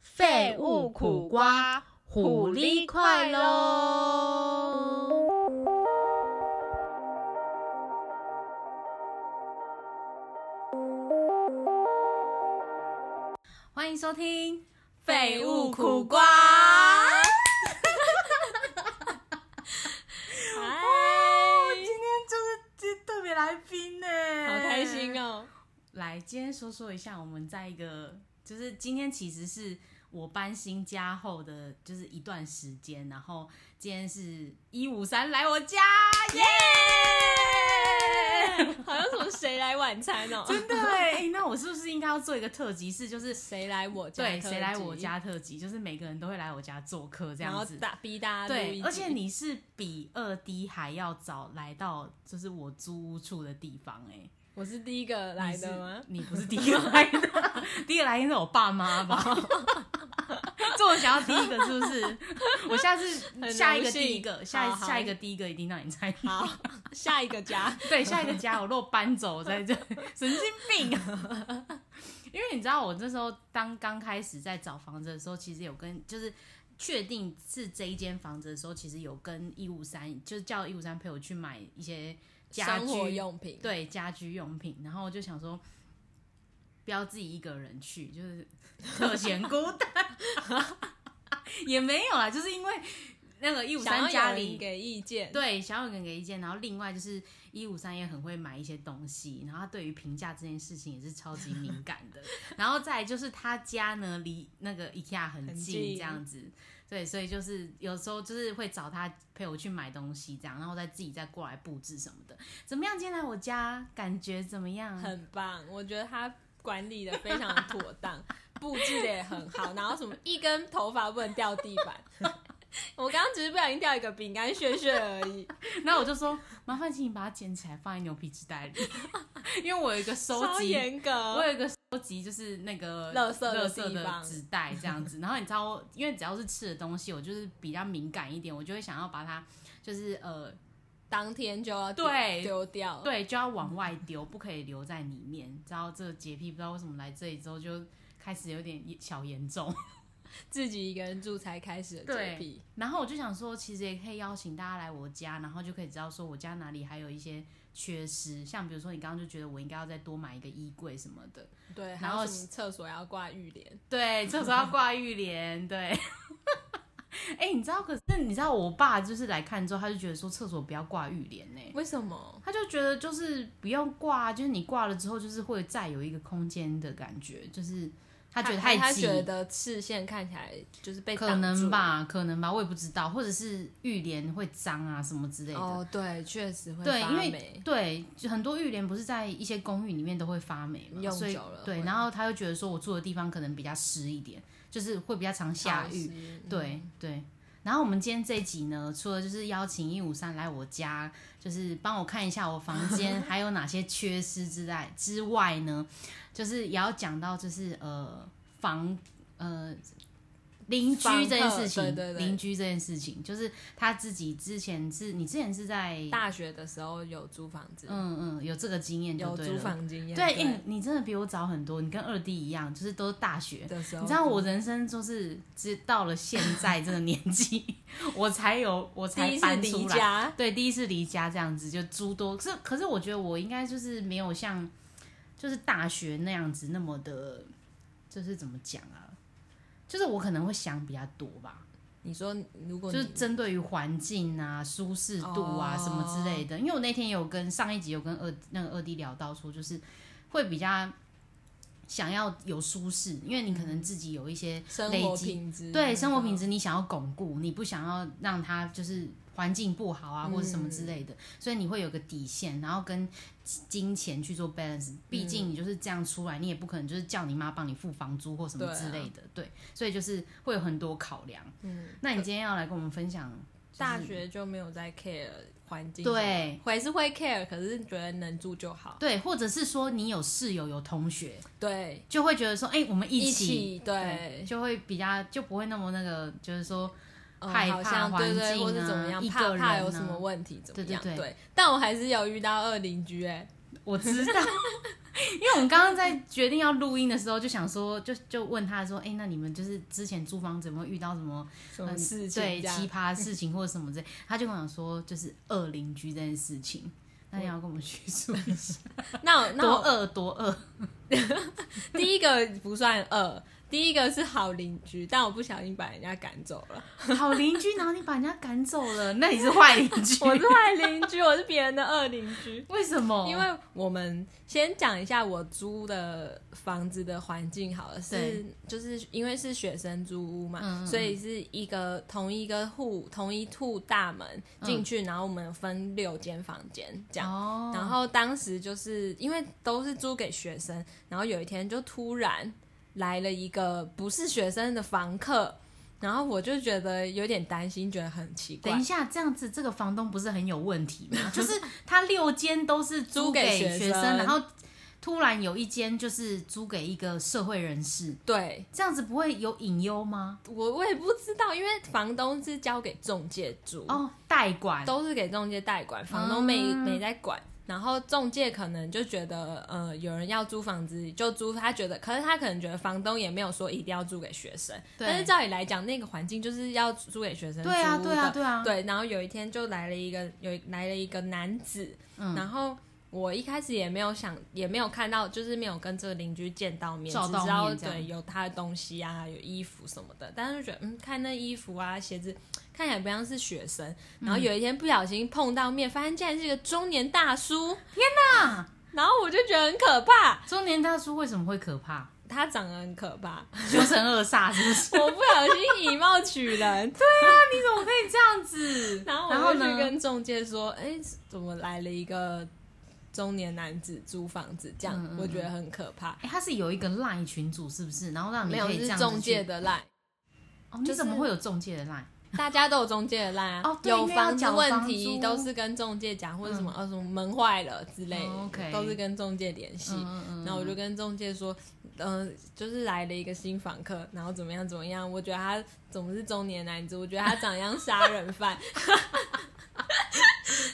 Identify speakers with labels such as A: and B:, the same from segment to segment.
A: 废物苦瓜，虎力快喽！欢迎收听《
B: 废物苦瓜嗨，
A: 哦今天就是特别来宾呢，
B: 好开心哦！
A: 来，今天说说一下，我们在一个就是今天其实是我搬新家后的就是一段时间，然后今天是一五三来我家，耶、
B: 好像什么谁来晚餐哦，
A: 哎真的哎、欸那我是不是应该要做一个特辑？是就是
B: 谁来我家，
A: 对谁来我，家特辑，就是每个人都会来我家做客这
B: 然后
A: 样子。
B: 大逼大家录一
A: 对，
B: 集
A: 而且你是比二 D 还要早来到，就是我租屋处的地方哎、欸
B: 我是第一个来的吗？
A: 你不是第一个来的，第一个来应该是我爸妈 吧？这我想要第一个是不是？我下次
B: 荣幸
A: 下一个第一个，下一
B: 好好
A: 下一个第一个一定让你猜。
B: 好，下一个家，
A: 对，下一个家我若搬走我在这，神经病啊！ 因为你知道，我那时候当刚开始在找房子的时候，其实有跟就是确定是这一间房子的时候，其实有跟一五三，就是叫一五三陪我去买一些家
B: 生活
A: 居
B: 用品，
A: 对家居用品，然后我就想说，不要自己一个人去，就是 特显孤单， 也没有啦，就是因为那个一五
B: 想要
A: 三
B: 有
A: 家
B: 人
A: 里。
B: 给意见，
A: 对，想要有人给意见，然后另外就是一五三也很会买一些东西，然后他对于评价这件事情也是超级敏感 的。然后再来就是他家呢离那个 IKEA 很
B: 很
A: 近，
B: 近
A: 这样子，对，所以就是有时候就是会找他陪我去买东西，这样，然后再自己再过来布置什么的。怎么样？今天来我家感觉怎么样？
B: 很棒，我觉得他管理的非常的妥当， 布置的也很好，然后什么一根头发不能掉地 板。我刚刚只是不小心掉一个饼干屑屑而已，
A: 然后我就说，麻烦请你把它捡起来放在牛皮纸袋里， 因为我有一个收
B: 超
A: 集
B: 严
A: 我
B: 格。
A: 有一个收集，就是那个
B: 垃圾
A: 垃
B: 的
A: 圾
B: 地
A: 的
B: 方
A: 纸袋这样子。然后你知道我，因为只要是吃的东西，我就是比较敏感一点，我就会想要把它，就是呃，
B: 当天就要
A: 对
B: 丢掉，
A: 对，就要往外丢，不可以留在里面。你知道这个洁癖，不知道为什么来这里之后就开始有点小严重。
B: 自己一个人住才开始的
A: 对
B: 洁癖，
A: 然后我就想说，其实也可以邀请大家来我家，然后就可以知道说我家哪里还有一些缺失，像比如说你刚刚就觉得我应该要再多买一个衣柜什么的。
B: 对，
A: 然
B: 还
A: 后
B: 有什么厕所要挂浴帘，
A: 对，厕所要挂浴帘，对。 哎、你知道？可是你知道，我爸就是来看之后，他就觉得说厕所不要挂浴帘呢、
B: 为什么？
A: 他就觉得就是不用挂，啊就是你挂了之后，就是会再有一个空间的感觉，就是他觉得
B: 他
A: 太
B: 他
A: 挤，
B: 觉得视线看起来就是被
A: 可
B: 挡
A: 能
B: 住。
A: 吧，可能吧，我也不知道，或者是浴帘会脏啊什么之类的。
B: 哦，对，确实会
A: 对，
B: 发
A: 因为
B: 霉。
A: 对，就很多浴帘不是在一些公寓里面都会发霉嘛，
B: 用
A: 所以
B: 久了
A: 对，
B: 会
A: 然后他又觉得说我住的地方可能比较湿一点，就是会比较常下
B: 潮
A: 雨，
B: 湿，嗯
A: 对对。然后我们今天这一集呢，除了就是邀请一五三来我家，就是帮我看一下我房 间还有哪些缺失之外之外呢，就是也要讲到就是呃房呃邻居
B: 房
A: 这件
B: 客
A: 事情，
B: 对对对
A: 邻居这件事情，就是他自己之前是你之前是在
B: 大学的时候有租房子，
A: 嗯嗯有这个经验就
B: 有
A: 对
B: 租
A: 了，
B: 房经验，
A: 对，哎、你真的比我早很多，你跟二弟一样，就是都是大学
B: 的时候，
A: 你知道我人生就是直到了现在这个年纪， 我才有我
B: 第
A: 才
B: 一次
A: 搬
B: 离
A: 出来。
B: 家，
A: 对，第一次离家这样子就诸多，可是可是我觉得我应该就是没有像就是大学那样子那么的，就是怎么讲啊？就是我可能会想比较多吧，
B: 你说如果
A: 就
B: 你
A: 是针对于环境啊、舒适度啊、
B: 哦
A: 什么之类的。因为我那天有跟上一集有跟二那个二弟聊到说，就是会比较想要有舒适，因为你可
B: 嗯
A: 能自己有一些
B: 生
A: 累
B: 活
A: 积
B: 品质，
A: 对生活品
B: 质，
A: 质，你想要巩固，你不想要让它就是环境不好啊，
B: 嗯
A: 或者什么之类的，所以你会有个底线，然后跟金钱去做 balance。毕
B: 嗯
A: 竟你就是这样出来，你也不可能就是叫你妈帮你付房租或什么
B: 对啊
A: 之类的，对，所以就是会有很多考量。
B: 嗯，
A: 那你今天要来跟我们分享就是
B: 大学就没有在 care 环境，，
A: 对
B: 还是会 care，可是觉得能住就好，
A: 对，或者是说你有室友有同学，
B: 对，
A: 就会觉得说，哎、我们
B: 一
A: 起。
B: 起对，
A: 就会比较就不会那么那个，就是说，
B: 嗯
A: 害
B: 好
A: 怕
B: 像
A: 环
B: 对对，
A: 境
B: 或是怎
A: 啊
B: 么样
A: 一，个
B: 怕
A: 人
B: 怕有
A: 啊
B: 什么问题怎么
A: 对对嗯
B: 样？
A: 对
B: 对，但我还是有遇到二邻居哎，
A: 我知道，因为我们刚刚在决定要录音的时候，就想说，就就问他说，哎、那你们就是之前租房子有没有遇到什么呃
B: 什么事情
A: 对
B: 这样？
A: 奇葩的事情或者什么之类，他就跟我讲说，就是恶邻居这件事情，那你要跟我们叙述一下，
B: 那我那
A: 多
B: 我
A: 恶多恶，
B: 第一个不算恶，第一个是好邻居，但我不小心把人家赶走了。
A: 好邻居，然后你把人家赶走了，那你是坏邻居，
B: 我是坏邻居，我是别人的恶邻居。
A: 为什么？
B: 因为我们先讲一下我租的房子的环境好了，是
A: 对
B: 就是因为是学生租屋嘛，
A: 嗯嗯嗯
B: 所以是一个同一个户同一户大门
A: 嗯
B: 进去，然后我们分六间房间这样。
A: 哦，
B: 然后当时就是因为都是租给学生，然后有一天就突然来了一个不是学生的房客，然后我就觉得有点担心，觉得很奇怪
A: 等一。下，这样子这个房东不是很有问题 吗？就是他六间都是
B: 租
A: 租
B: 给
A: 给
B: 学
A: 学生，
B: 生
A: 然后突然有一间就是租给一个社会人士，
B: 对，
A: 这样子不会有隐忧吗？
B: 我我也不知道，因为房东是交给中介租，
A: 哦，代管
B: 都是给中介代管，房东没、
A: 嗯
B: 没在管。然后中介可能就觉得，呃，有人要租房子就租，他觉得，可是他可能觉得房东也没有说一定要租给学生，
A: 对
B: 但是照理来讲，那个环境就是要租给学生
A: 对啊，
B: 租的
A: 对啊，对啊，
B: 对，然后有一天就来了一个有一来了一个男子，
A: 嗯
B: 然后我一开始也没有想，也没有看到，就是没有跟这个邻居见到面，
A: 照
B: 只
A: 到
B: 知道
A: 面这样
B: 对有他的东西啊，有衣服什么的，但是就觉得嗯，看那衣服啊、鞋子，看起来不像是学生。
A: 嗯
B: 然后有一天不小心碰到面，发现竟然是一个中年大叔，
A: 啊，
B: 然后我就觉得很可怕，
A: 中年大叔为什么会可怕？
B: 他长得很可怕，
A: 修成恶煞是不 是？
B: 我不小心以貌取人，
A: 你怎么可以这样子？
B: 然后
A: 然
B: 我
A: 后
B: 就去
A: 呢
B: 跟中介说，哎、怎么来了一个中年男子租房子？这样、
A: 嗯嗯嗯
B: 我觉得很可怕。
A: 哎、他是有一个赖群组是不是？然后让你
B: 没有
A: 可以这
B: 是
A: 样子
B: 中
A: 去
B: 介的赖，
A: 哦，
B: 就
A: 你
B: 是
A: 怎么会有中介的赖？
B: 大家都有中介的赖啊。
A: 哦对
B: 有
A: 因为要
B: 房子
A: 缴
B: 问
A: 房
B: 题
A: 租嗯
B: 都是跟中介讲，或者什么、呃什么门坏了之类的，
A: 哦，OK
B: 都是跟中介联系。
A: 嗯嗯
B: 然后我就跟中介说，嗯、就是来了一个新房客，然后怎么样怎么样，我觉得他总是中年男子，我觉得他长得像杀人犯。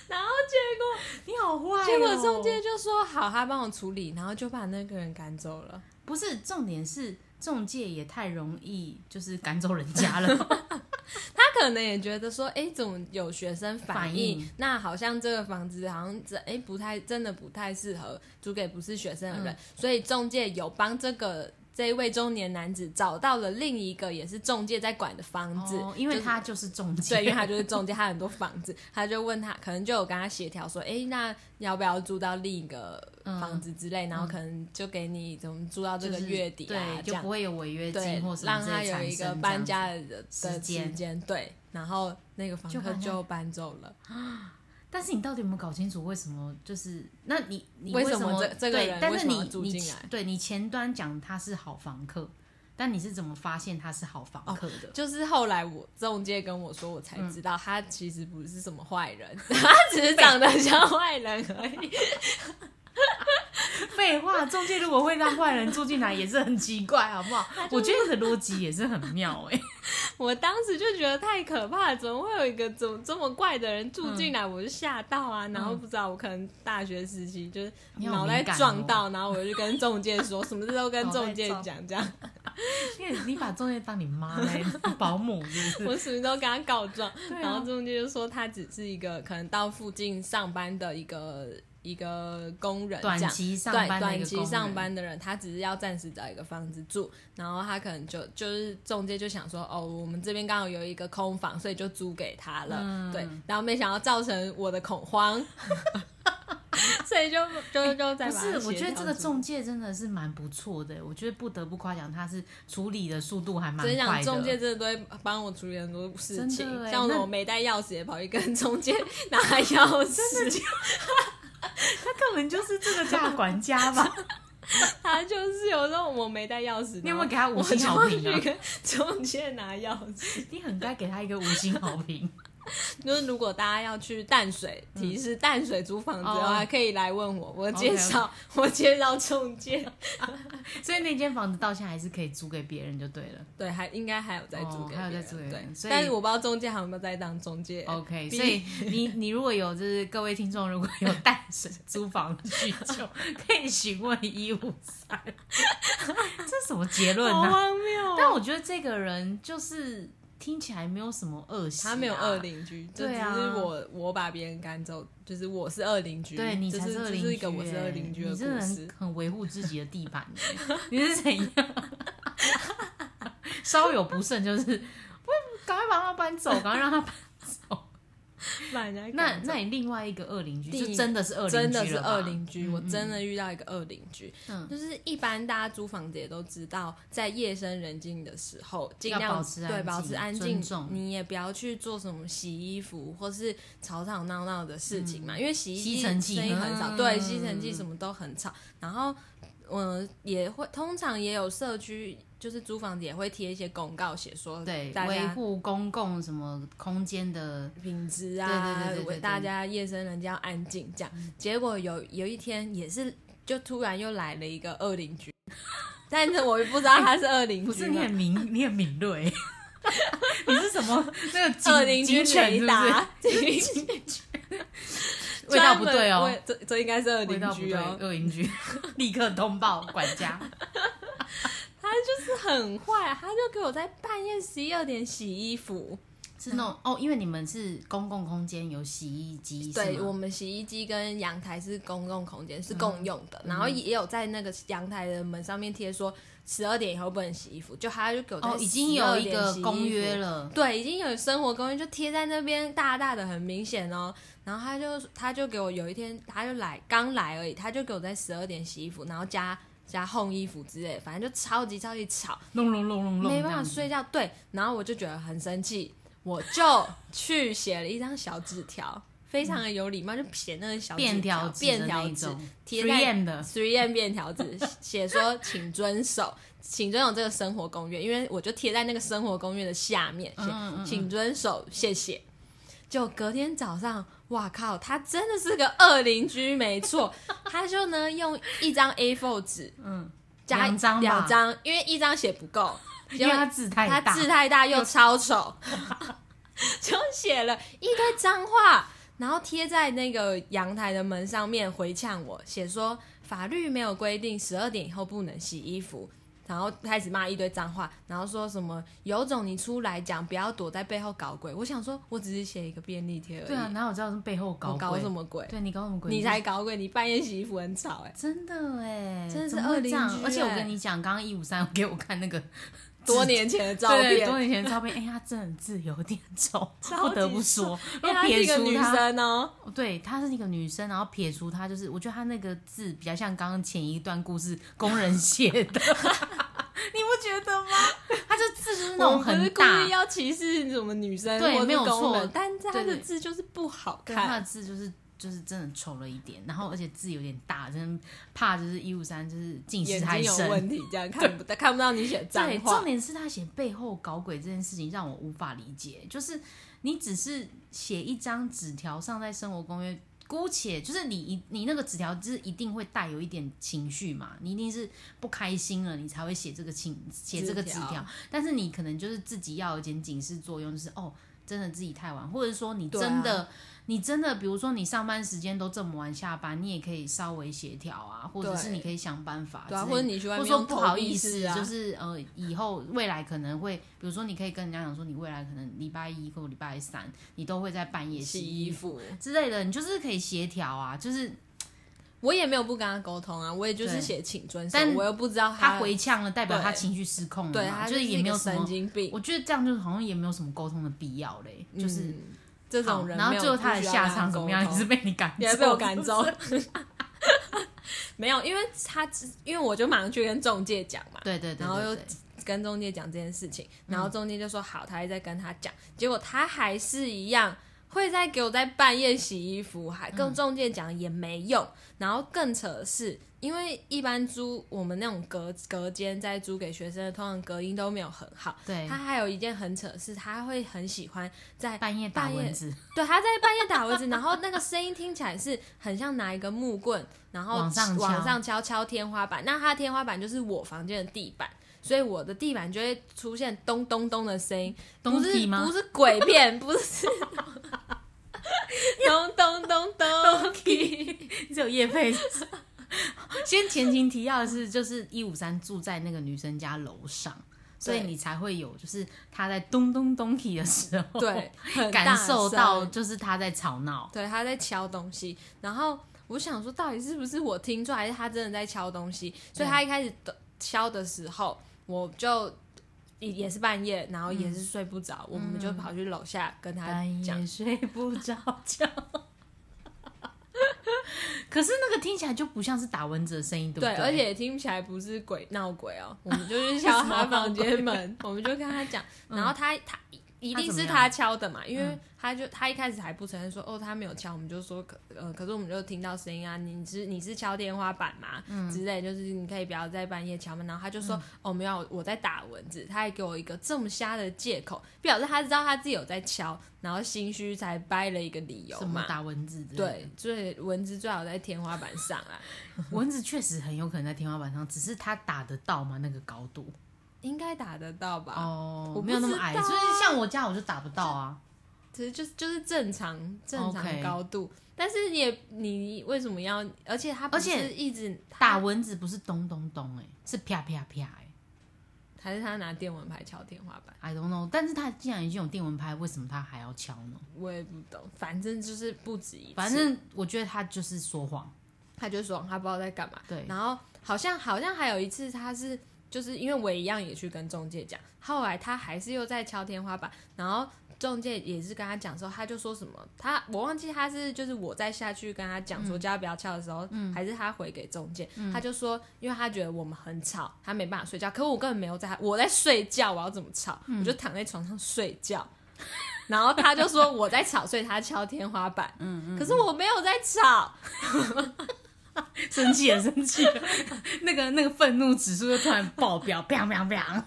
B: 然后结果
A: 你好坏、哦，
B: 结果中介就说好，他帮我处理，然后就把那个人赶走了。
A: 不是重点是中介也太容易就是赶走人家 了，
B: 他可能也觉得说，哎、怎么有学生反映？
A: 反映
B: 那好像这个房子好像这哎、不太真的不太适合租给不是学生的人，
A: 嗯
B: 所以中介有帮这个这一位中年男子找到了另一个也是中介在管的房子，
A: 哦因为他就是中
B: 对，因
A: 介，
B: 为他就是中介，他很多房子， 他就问他，可能就有跟他协调说，哎、那要不要租到另一个房子之类，然后可能就给你怎么租到这
A: 嗯就
B: 个
A: 是
B: 月底啊，
A: 对，
B: 这
A: 就
B: 样
A: 不会有违约
B: 对
A: 金或，什么
B: 让
A: 之
B: 他
A: 类
B: 有
A: 产
B: 一个
A: 生
B: 搬
A: 这样
B: 家的的时
A: 时间
B: 间，对，然后那个房
A: 就
B: 客
A: 搬家
B: 就搬走了，
A: 子。但是你到底有没有搞清楚为什么？就是那你你
B: 为什
A: 什
B: 么
A: 么
B: 这这个
A: 对
B: 人
A: 但
B: 为
A: 是
B: 什么
A: 你
B: 要住
A: 你
B: 进
A: 前
B: 来
A: 对你前端讲他是好房客，但你是怎么发现他是好房客的？
B: 就是后来我中介跟我说，我
A: 嗯
B: 才知道他其实不是什么坏 人，他只是长得像坏人而已。
A: 废话，中介如果会让坏人住进来，也是很奇怪，好 不好？我觉得你的逻辑也是很妙哎、
B: 我当时就觉得太可怕了，怎么会有一个怎么这么怪的人住
A: 嗯
B: 进来？我就吓到啊，然后不知道我可能大学时期就是
A: 你好
B: 脑袋
A: 敏感哦
B: 撞到，然后我就跟中介说，什么事都跟
A: 脑袋
B: 中介
A: 撞
B: 讲，这样
A: 你你把中介当你妈嘞，保姆是不是？
B: 我什么都跟他告状，
A: 对啊
B: 然后中介就说他只是一个可能到附近上班的一个一个工人这样，
A: 短期上
B: 对
A: 班的一
B: 短
A: 个
B: 期
A: 工
B: 上
A: 人
B: 班的人，他只是要暂时找一个房子住，然后他可能就就是中介就想说，哦，我们这边刚好有一个空房，所以就租给他了，
A: 嗯
B: 对，然后没想到造成我的恐慌， 所以就就就再
A: 不
B: 把它
A: 是，我觉
B: 协
A: 得
B: 调
A: 这个
B: 出
A: 中介真的是蛮不错的，我觉得不得不夸奖他是处理的速度还蛮
B: 所以
A: 快
B: 讲
A: 的。
B: 中介真的都会帮我处理很多事情
A: 真的，欸
B: 像
A: 那
B: 我没带钥匙也跑去跟中介 拿钥匙，
A: 他根本就是这个家的管家 吧？
B: 他就是有时候我没带钥匙，
A: 你有没有给
B: 然
A: 他
B: 后
A: 五星好
B: 我就
A: 评啊
B: 去跟中介拿钥匙，
A: 你很该给他一个五星好评。
B: 就是如果大家要去淡水，提示淡水租房子的
A: 嗯哦
B: 话，可以来问我，我介绍我介绍中介，
A: 所以那间房子到现在还是可以租给别人就对了。
B: 对，还应该还有在租给
A: 哦还有在
B: 别人
A: 租给别人所
B: 对，
A: 以哦
B: 但是我不知道中介还有没有在当中介。
A: OK，
B: 毕
A: 所以你你如果有就是各位听众如果有淡水租房的需 求，可以询问一五三。 这什么结论
B: 好
A: 呢、啊？
B: 荒谬哦！
A: 但我觉得这个人就是听起来没有什么恶习、啊
B: 他没有恶。邻居，就只
A: 对啊
B: 是我我把别人赶走，就是我是恶邻居，
A: 对你
B: 就
A: 才
B: 是
A: 恶
B: 就
A: 邻居、欸，
B: 是一个我是恶邻居的
A: 你真的
B: 故
A: 很
B: 事。
A: 很维护自己的地盘、欸，你是怎样？ 稍有不慎就是，不赶快把他搬走，赶快让他搬。
B: 把人家赶
A: 那
B: 走
A: 那你另外一个恶邻居
B: 第一
A: 就真的是恶邻居
B: 真的是
A: 了吧
B: 恶邻居，
A: 嗯
B: 我
A: 嗯
B: 真的遇到一个恶邻居。
A: 嗯
B: 就是一般大家租房子也都知道，在夜深人静的时候，尽量
A: 保持安
B: 对
A: 静
B: 保持安
A: 尊
B: 静
A: 重，
B: 你也不要去做什么洗衣服或是吵吵闹闹的事情嘛，因为洗衣
A: 嗯吸
B: 机
A: 尘器
B: 声音很少，
A: 嗯
B: 对，吸尘器什么都很吵，然后。嗯，也会通常也有社区，就是租房子也会贴一些公告，写说
A: 对
B: 大，
A: 维
B: 家
A: 护公共什么空间的，
B: 品质啊，
A: 对对对对嗯对
B: 为大家夜深人静要安静这样。结果有有一天也是，就突然又来了一个恶 邻居，但是我也不知道他是恶邻居嘛，啊
A: 不是你很 敏，你很敏锐，你是什 么那个
B: 恶
A: 警
B: 邻
A: 警
B: 居
A: 犬是
B: 雷
A: 不是？味
B: 达，警
A: 道不对，
B: 专门
A: 哦，
B: 味这这应该是恶
A: 味
B: 邻
A: 道不
B: 居
A: 对，
B: 哦，
A: 恶邻居 立刻通报管家。
B: 是很坏，他就给我在半夜十一二点洗衣服，
A: 是那种哦，因为你们是公共空间有洗衣机，是
B: 对
A: 吗
B: 我们洗衣机跟阳台是公共空间，是共用的，然后也有在那个阳台的门上面贴说十二点以后不能洗衣服，就他就给我在
A: 哦已经有一
B: 12点
A: 个
B: 洗衣服
A: 公约。了，
B: 对，已经有生活公约就贴在那边，大大的，很明显哦。然后他就他就给我有一天，他就来刚来而已，他就给我在十二点洗衣服，然后加加烘衣服之类，反正就超级超级吵，
A: 隆隆隆隆隆，
B: 没
A: 这
B: 办法
A: 样子。
B: 睡觉。对，然后我就觉得很生气，我就去写了一张小纸条，非常的有礼貌，就写那个小纸
A: 便条纸
B: 便
A: 的那
B: 条
A: 一
B: 纸
A: 种，
B: 贴
A: 3M
B: 在
A: 的，
B: three M 便条纸写说，请遵守，请遵守这个生活公约，因为我就贴在那个生活公约的下面，写
A: 嗯嗯嗯
B: 请遵守，谢谢。就隔天早上，哇靠，他真的是个恶邻居，没错，他就呢用一张 A4 纸
A: 嗯，
B: 加
A: 两张吧
B: 两张，因为一张写不够，
A: 因为它字太
B: 他
A: 大，
B: 字太大又超丑， 就写了一堆脏话，然后贴在那个阳台的门上面回呛我，写说法律没有规定十二点以后不能洗衣服。然后开始骂一堆脏话，然后说什么有种你出来讲，不要躲在背后搞鬼。我想说，我只是写一个便利贴而已，
A: 对啊，哪有知道是背后搞
B: 我搞
A: 鬼
B: 什？么鬼？
A: 对你搞什么鬼？
B: 你才搞鬼，你半夜洗衣服很吵哎、
A: 真的哎，
B: 真的是
A: 怎么会这样
B: 恶邻居
A: 而且我
B: 哎
A: 跟你讲，刚刚一五三给我看那个
B: 多年前的照
A: 对
B: 片，
A: 多年前的照片，哎、他真的字有点丑，
B: 超
A: 不得
B: 级
A: 不说，
B: 因为
A: 要
B: 她是
A: 撇
B: 一个
A: 除
B: 女
A: 她，
B: 生哦、
A: 对，她是一个女生，然后撇除她，就是我觉得她那个字比较像刚刚前一段故事工人写的，你 不觉得吗？她这字就是那
B: 我
A: 种
B: 们不
A: 很
B: 是故
A: 大，
B: 意要歧视什么女生，
A: 对
B: 或是
A: 没有
B: 工人
A: 错
B: 但是他
A: 对
B: 的
A: 对
B: 字就是不好
A: 对，她的
B: 看。
A: 字就是。就是真的丑了一点，然后而且字有点大，真的怕就是一五三就是近视
B: 眼
A: 太
B: 睛有
A: 深，
B: 问题，这样看不到看不到你写的脏
A: 对，重
B: 话，
A: 点是他写背后搞鬼这件事情让我无法理解，就是你只是写一张纸条上在生活公约。姑且就是你一你那个纸条，就是一定会带有一点情绪嘛，你一定是不开心了，你才会写这个情写这个纸
B: 纸
A: 条
B: 条。
A: 但是你可能就是自己要有一点警示作用，就是哦，真的自己太晚，或者说你
B: 对啊
A: 真的、你真的，比如说你上班时间都这么晚下班，你也可以稍微协调啊，或者是
B: 对
A: 你可以想办法之类
B: 对啊，
A: 的，
B: 或者你去外
A: 或
B: 面
A: 者说
B: 用
A: 不
B: 投
A: 好
B: 币
A: 意
B: 式
A: 思，
B: 啊，
A: 就是呃，以后未来可能会，比如说你可以跟人家讲说，你未来可能礼拜一或礼拜三，你都会在半夜
B: 洗
A: 洗衣
B: 衣
A: 服
B: 服。
A: 之类的，你就是可以协调啊。就是
B: 我也没有不跟他沟通啊，我也就是
A: 对
B: 写请遵守，
A: 但
B: 我又不知道
A: 他回呛了，代表他
B: 对
A: 情绪失控
B: 对
A: 了
B: 他
A: 嘛，
B: 就
A: 就是也
B: 一
A: 没有
B: 个
A: 什
B: 神
A: 么。
B: 经病，
A: 我觉得这样就好像也没有什么沟通的必要嘞，就是
B: 嗯这
A: 好
B: 种人没有。
A: 然后最后
B: 不
A: 他的
B: 需要
A: 下
B: 跟他
A: 场怎么样？
B: 沟
A: 你
B: 通
A: 是被你赶走，
B: 你还被我赶 走。没有，因为他因为我就马上去跟中介讲嘛，
A: 对对对对对，
B: 然后又跟中介讲这件事情，然后中介就说好，他还在跟他讲，结果他还是一样会在给我在半夜洗衣服，还跟中介讲也没用。然后更扯的是，因为一般租我们那种隔隔间在租给学生的，通常隔音都没有很好。
A: 对
B: 他，还有一件很扯的是，他会很喜欢在
A: 半夜打
B: 半夜
A: 蚊子，
B: 对，他在半夜打蚊子，然后那个声音听起来是很像拿一个木棍，然后
A: 往上敲
B: 往上敲敲天花板。那他的天花板就是我房间的地板，所以我的地板就会出现咚咚咚的声音，
A: 咚
B: 不是
A: 踢吗
B: 不是鬼片，不 是咚咚咚咚咚。
A: 只有叶佩。 先前情提要的是，就是一五三住在那个女生家楼上，所以
B: 对
A: 你才会有，就是她在咚咚咚起的时候，
B: 对，，很大
A: 感受到
B: 声
A: 就是她在吵闹。
B: 对，他在敲东西，然后我想说，到底是不是我听错，还是他真的在敲东西？所
A: 对
B: 以他一开始的敲的时候，我就也也是半夜，然后也是睡不着，我们就跑去楼下跟他
A: 嗯半
B: 讲
A: 夜，哎睡不着觉。 可是那个听起来就不像是打蚊子的声音，对不
B: 对，
A: 对
B: 而且也听起来不是鬼闹鬼哦，我们就 去敲
A: 什么
B: 他
A: 闹
B: 房间
A: 鬼
B: 门，我们就跟他讲，然后他他。一
A: 嗯他
B: 定
A: 怎么
B: 是
A: 样
B: 他敲的嘛，因为
A: 嗯
B: 他就他一开始还不承认说哦他没有敲，我们就说可呃可是我们就听到声音啊，你是你是敲天花板嘛、
A: 嗯
B: 之类，就是你可以不要在半夜敲门，然后他就说、哦没有我在打蚊子，他还给我一个这么瞎的借口，表示他知道他自己有在敲，然后心虚才掰了一个理由
A: 什么
B: 嘛，
A: 打蚊子之类的
B: 对，所以蚊子最好在天花板上啊，
A: 蚊子确实很有可能在天花板上，只是它打得到吗？那个高度
B: 应该打得到吧？
A: 哦
B: 啊我不
A: 没有那么矮，
B: 知道
A: 所
B: 啊
A: 以像我家我就打不到啊。
B: 其实就是就是正常正常
A: OK
B: 高度但是你也你为什么要？而且他不
A: 而且
B: 是一直
A: 打
B: 他
A: 蚊子不是咚咚咚、欸，哎，是啪啪啪、欸，
B: 还是他拿电蚊拍敲天花板，
A: 哎，I don't know。但是它既然已经有电蚊拍，为什么它还要敲呢？
B: 我也不懂。反正就是不止一次，
A: 反正我觉得它就是说谎。
B: 他就说他不知道在干嘛。
A: 对，
B: 然后好像好像还有一次他是。就是因为我一样也去跟中介讲，后来他还是又在敲天花板，然后中介也是跟他讲说，他就说什么他我忘记他是就是我再下去跟他讲说叫他不要敲的时候，还是他回给中介，他就说因为他觉得我们很吵，他没办法睡觉，可我根本没有在，我在睡觉，我要怎么吵？我就躺在床上睡觉，然后他就说我在吵，所以他敲天花板，可是我没有在吵，
A: 生气了，生气了， 那个那个愤怒指数就突然爆表，砰砰砰！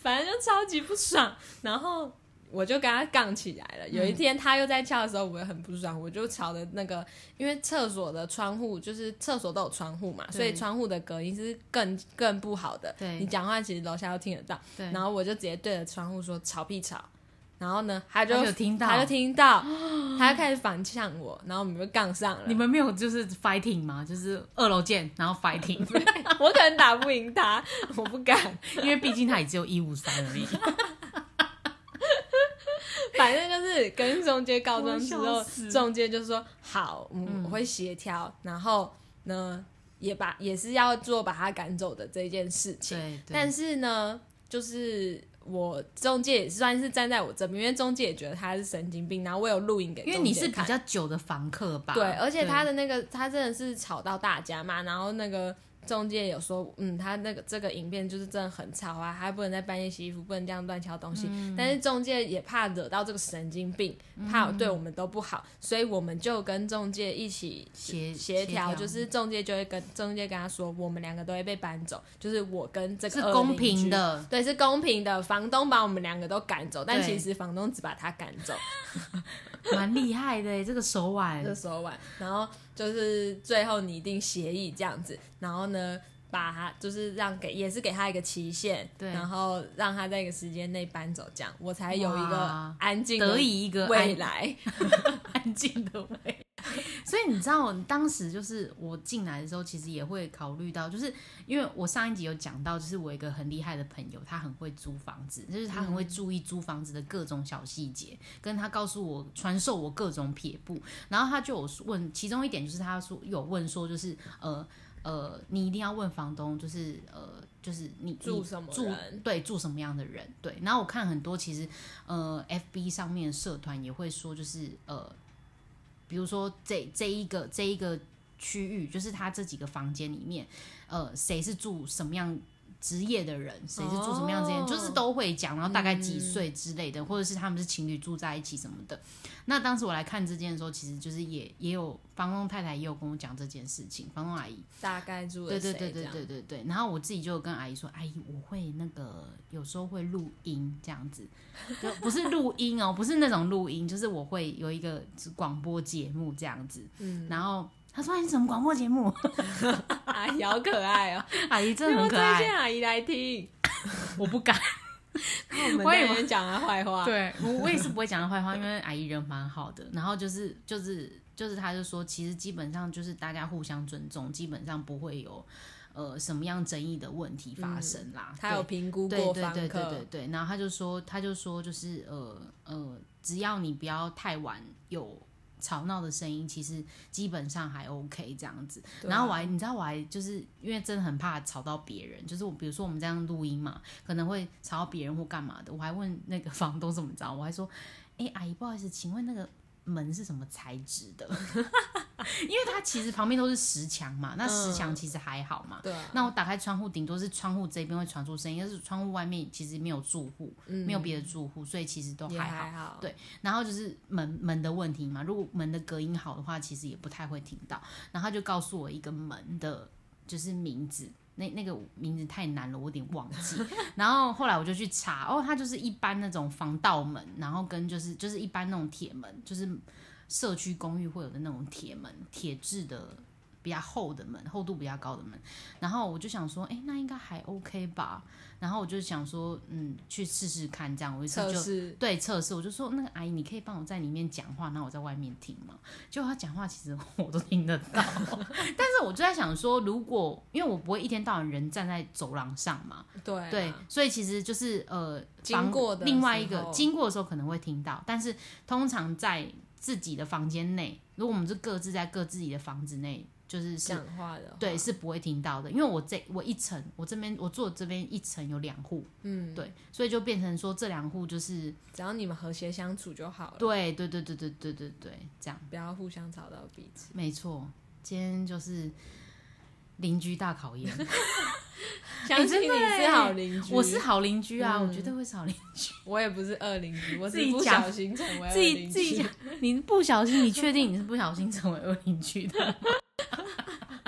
B: 反正就超级不爽。然后我就跟他杠起来了。
A: 嗯
B: 有一天他又在翘的时候，我也很不爽，我就朝着那个，因为厕所的窗户就是厕所都有窗户嘛，
A: 对
B: 所以窗户的隔音是更更不好的。
A: 对
B: 你讲话其实楼下都听得到。
A: 对，
B: 然后我就直接对着窗户说吵屁吵。然后呢，他就
A: 他就有听到哦
B: 他就听到，他就开始反呛我，然后我们就杠上了。
A: 你们没有就是 fighting 吗？就是二楼见， 然后 fighting，
B: 我可能打不赢他，我不敢。
A: 因为毕竟它也只有一五三而已。
B: 反正就是跟中介告状之
A: 我
B: 后
A: 笑，死
B: 中介就说好，嗯，我会协调，然后呢，也把也是要做把他赶走的这件事情。
A: 对，对
B: 但是呢，就是我中介也算是站在我这边，因为中介也觉得他是神经病，然后我有录影给中
A: 因
B: 介
A: 为你是比
B: 看
A: 较久的房客吧？
B: 对，而且他
A: 的
B: 的那个他真的是吵到大家嘛，然后那个中介有说，嗯，他那个这个影片就是真的很吵啊，他不能在半夜洗衣服，不能这样乱敲东西。
A: 嗯
B: 但是中介也怕惹到这个神经病，
A: 嗯
B: 怕对我们都不好，所以我们就跟中介一起
A: 协
B: 协调，
A: 调
B: 就是中介就会跟中介跟他说，我们两个都会被搬走，就是我跟这个
A: 是
B: 恶
A: 公
B: 邻
A: 平
B: 居。
A: 的，
B: 对，是公平的。房东把我们两个都赶走，但
A: 对
B: 其实房东只把他赶走，
A: 蛮厉害的耶欸这个手腕
B: 这。手腕，然后就是最后拟定协议这样子，然后呢，把他就是让给也是给他一个期限，
A: 对
B: 然后让他在一个时间内搬走，这样我才有一个
A: 哇
B: 安静的
A: 得以一个
B: 未
A: 安
B: 来。
A: 安静的位。所以你知道，当时就是我进来的时候，其实也会考虑到，就是因为我上一集有讲到，就是我有一个很厉害的朋友，他很会租房子，就是他很会注意租房子的各种小细节，跟他告诉我传授我各种撇步。然后他就有问，其中一点就是他说有问说，就是呃呃，你一定要问房东，就是呃就是你
B: 住
A: 你
B: 什么
A: 住
B: 人
A: 对住什么样的人对。然后我看很多其实呃 FB 上面的社团也会说，就是呃比如说这这一个这一个区域，就是它这几个房间里面，呃，谁是住什么样职业的人，谁是住什么样子的人，
B: 哦嗯
A: 就是都会讲，然后大概几岁之类的，或者是他们是情侣住在一起什么的。那当时我来看这件的时候，其实就是也也有房东太太也有跟我讲这件事情，房东阿姨。
B: 大概住了
A: 对对
B: 谁
A: 对对
B: 这样
A: 对对对。然后我自己就有跟阿姨说，阿姨，我会那个有时候会录音这样子，就不是录音哦，不是那种录音，就是我会有一个广播节目这样子。
B: 嗯，
A: 然后她说哎你什么广播节目？
B: 阿姨哎好可爱哦，
A: 阿姨真的
B: 要
A: 很
B: 不
A: 可
B: 要推
A: 爱，
B: 荐阿姨来听，
A: 我不 敢。
B: 那我们
A: 我以
B: 在
A: 为
B: 那边讲她坏话，
A: 对我我也是不会讲她坏话，因为阿姨人蛮好的。然后就是就是就是，她就说，其实基本上就是大家互相尊重，基本上不会有呃什么样争议的问题发生啦。
B: 嗯她有评估
A: 对
B: 过
A: 对
B: 房
A: 对对对
B: 客
A: 对，对，然后她就说她就说就是呃呃，只要你不要太晚有。吵闹的声音其实基本上还 OK 这样子，
B: 对啊
A: 然后我还你知道我还就是因为真的很怕吵到别人，就是我比如说我们这样录音嘛，可能会吵到别人或干嘛的，我还问那个 房东怎么着，我还说，哎、阿姨不好意思，请问那个门是什么材质的？ 因为它其实旁边都是石墙嘛，那石
B: 嗯
A: 墙其实还好嘛，
B: 对啊，
A: 那我打开窗户，顶多是窗户这边会传出声音，但是窗户外面其实没有住户，没有别的住户，所以其实都
B: 嗯也
A: 还好。
B: 还好，
A: 对然后就是门门的问题嘛，如果门的隔音好的话，其实也不太会听到。然后他就告诉我一个门的，就是名字，那那个名字太难了，我有点忘记。 然后后来我就去查，哦，它就是一般那种防盗门，然后跟就是就是一般那种铁门，就是社区公寓会有的那种铁门，铁质的。比较厚的门，厚度比较高的门，然后我就想说，哎、那应该还 OK 吧。然后我就想说，嗯，去试试看，这样我一次
B: 测
A: 就
B: 试
A: 对测试，我就说那个阿姨，你可以帮我在里面讲话，那我在外面听吗？结果她讲话其实 我都听得到，但是我就在想说，如果因为我不会一天到晚人站在走廊上嘛，
B: 对啊
A: 对，所以其实就是呃，
B: 经
A: 房
B: 过的
A: 另外
B: 时
A: 一个
B: 候
A: 经过的时候可能会听到，但是通常在自己的房间内，如果我们是各自在各自己的房子内，就是是
B: 讲话的话
A: 对，是不会听到的，因为我这我一层，我这边我住的这边一层有两户，
B: 嗯，
A: 对，所以就变成说这两户就是
B: 只要你们和谐相处就好了，
A: 对对对对对对对对，这样
B: 不要互相吵到彼此。
A: 没错。今天就是邻居大考验，哎
B: 相信你是好邻居，嗯
A: 我是好邻居啊，我绝对会是好邻居。
B: 我也不是恶邻居，我
A: 自
B: 是
A: 己
B: 不
A: 讲
B: 小心成为恶
A: 自己
B: 邻
A: 自己
B: 居
A: 讲。，你不小心，你确定你是不小心成为恶邻居的？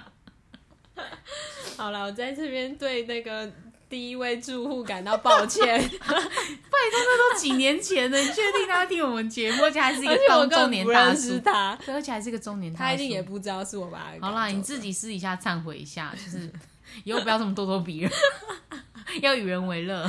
B: 好了，我在这边对那个第一位住户感到抱歉，
A: 都几年前了，你确定他听我们节目，而且还是一
B: 而
A: 个
B: 且我
A: 中
B: 根
A: 中
B: 本
A: 年
B: 不
A: 大
B: 认识
A: 叔，
B: 他，
A: 对，而且还是一个中年大叔。
B: 他一定也不知道是我把他赶走
A: 好
B: 的。
A: 啦，你自己私底下忏悔一下，就是 以后不要这么咄咄逼人， 要与人为 乐。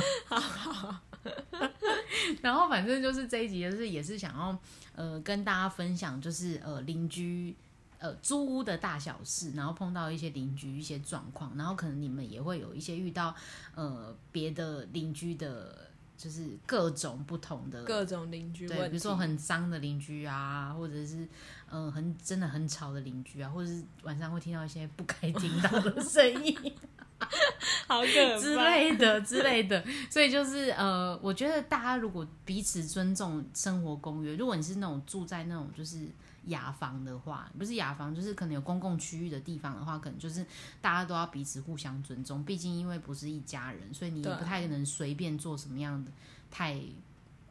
A: 然后反正就是这一集，就是也是想要呃跟大家分享，就是呃邻居呃租屋的大小事，然后碰到一些邻居一些状况，然后可能你们也会有一些遇到呃别的邻居的，就是各种不同的
B: 各种邻居问
A: 对，
B: 题，
A: 比如说很脏的邻居啊，或者是嗯、呃很真的很吵的邻居啊，或者是晚上会听到一些不该听到的 声音
B: 好可怕
A: 之。类的之类的。所以就是呃，我觉得大家如果彼此尊重生活公约，如果你是那种住在那种就是。雅房的话，不是雅房，就是可能有公共区域的地方的话，可能就是大家都要彼此互相尊重。毕竟因为不是一家人，所以你也
B: 对啊
A: 不太能随便做什么样的太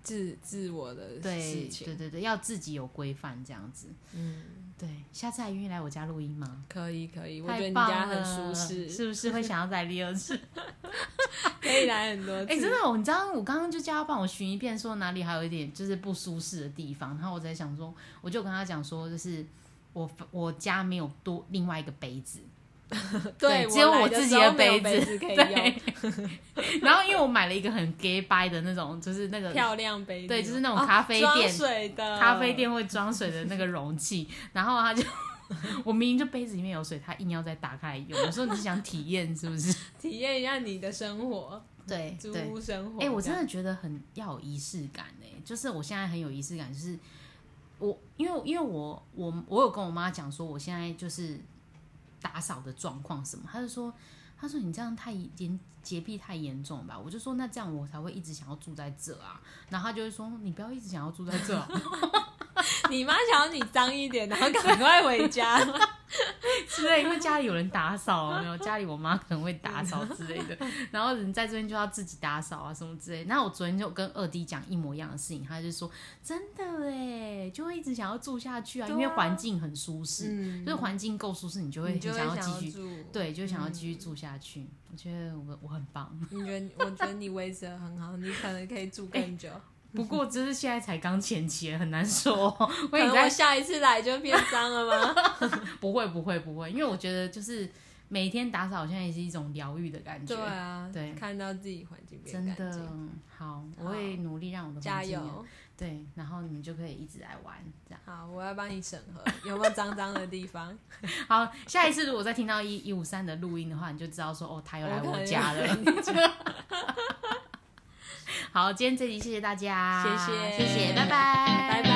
B: 自自我的
A: 对
B: 事情，
A: 对对对，要自己有规范这样子。
B: 嗯，
A: 对，下次还愿意来我家录音吗？
B: 可以可以，我觉得
A: 太
B: 你
A: 棒
B: 家很
A: 了
B: 舒 适，
A: 是不是会想要再第二 次？
B: 可以来很多次。
A: 哎、真的，我你知道我刚刚就叫他帮我寻一遍，说哪里还有一点就是不舒适的地方，然后我在想说，我就跟他讲说，就是我我家没有多另外一个杯子，
B: 对，
A: 对只有
B: 来
A: 我
B: 的
A: 自己
B: 时
A: 的
B: 候没有
A: 杯
B: 杯
A: 子
B: 子可以用
A: 对，然后因为我买了一个很 gay bye 的那种，就是那个
B: 漂亮杯子，
A: 对就是那种咖啡
B: 哦
A: 店
B: 装水的
A: 咖啡，店会装水的那个容器，然后他就。 我明明就杯子里面有水，他硬要再打开来用。我说你是想体验是不是？
B: 体验一下你的生活，
A: 对
B: 租
A: 对，
B: 屋生活。
A: 哎、我真
B: 的
A: 的觉得很要有仪式感哎、就是我现在很有仪式感，就是我因为因为我我我有跟我妈讲说我现在就是打扫的状况什么，她就说她说你这样太严洁癖太严重了吧，我就说那这样我才会一直想要住在这啊，然后她就会说你不要一直想要住在这啊、
B: 你妈想要你脏一点，然后赶快回家，
A: 之类，因为家里有人打扫，啊有没有家里我妈可能会打扫之类 的，然后人在这边就要自己打扫啊什么之类。那我昨天就跟二弟讲一模一样的事情，他就说真的哎，就会一直想要住下去啊，
B: 对啊
A: 因为环境很舒适，
B: 嗯
A: 就是环境够舒适，你就会
B: 你
A: 很
B: 就会
A: 想要继续，
B: 住。嗯
A: 对，就想要继续住下去。我觉得我我很棒，
B: 你觉得我觉得你维持的很好，你可能可以住 更久。
A: 不过就是现在才刚前期，很难说 哦。我
B: 可
A: 也
B: 能
A: 在
B: 我下一次来就变脏 了吗？
A: 不会不会不会，因为我觉得就是每天打扫，好像也是一种疗愈的感觉。
B: 对啊，
A: 对
B: 看到自己环境变
A: 真的
B: 干净，
A: 好，我会努力让我的
B: 加
A: 环境
B: 油！
A: 对，然后你们就可以一直来玩这样。
B: 好，我要帮你审核有没有脏脏的地 方。
A: 好，下一次如果再听到一一五三的录音的话，你就知道说哦，他又来我家了。
B: 了，
A: 好，今天这集谢谢大家，
B: 谢谢
A: 谢谢，拜拜，
B: 拜拜。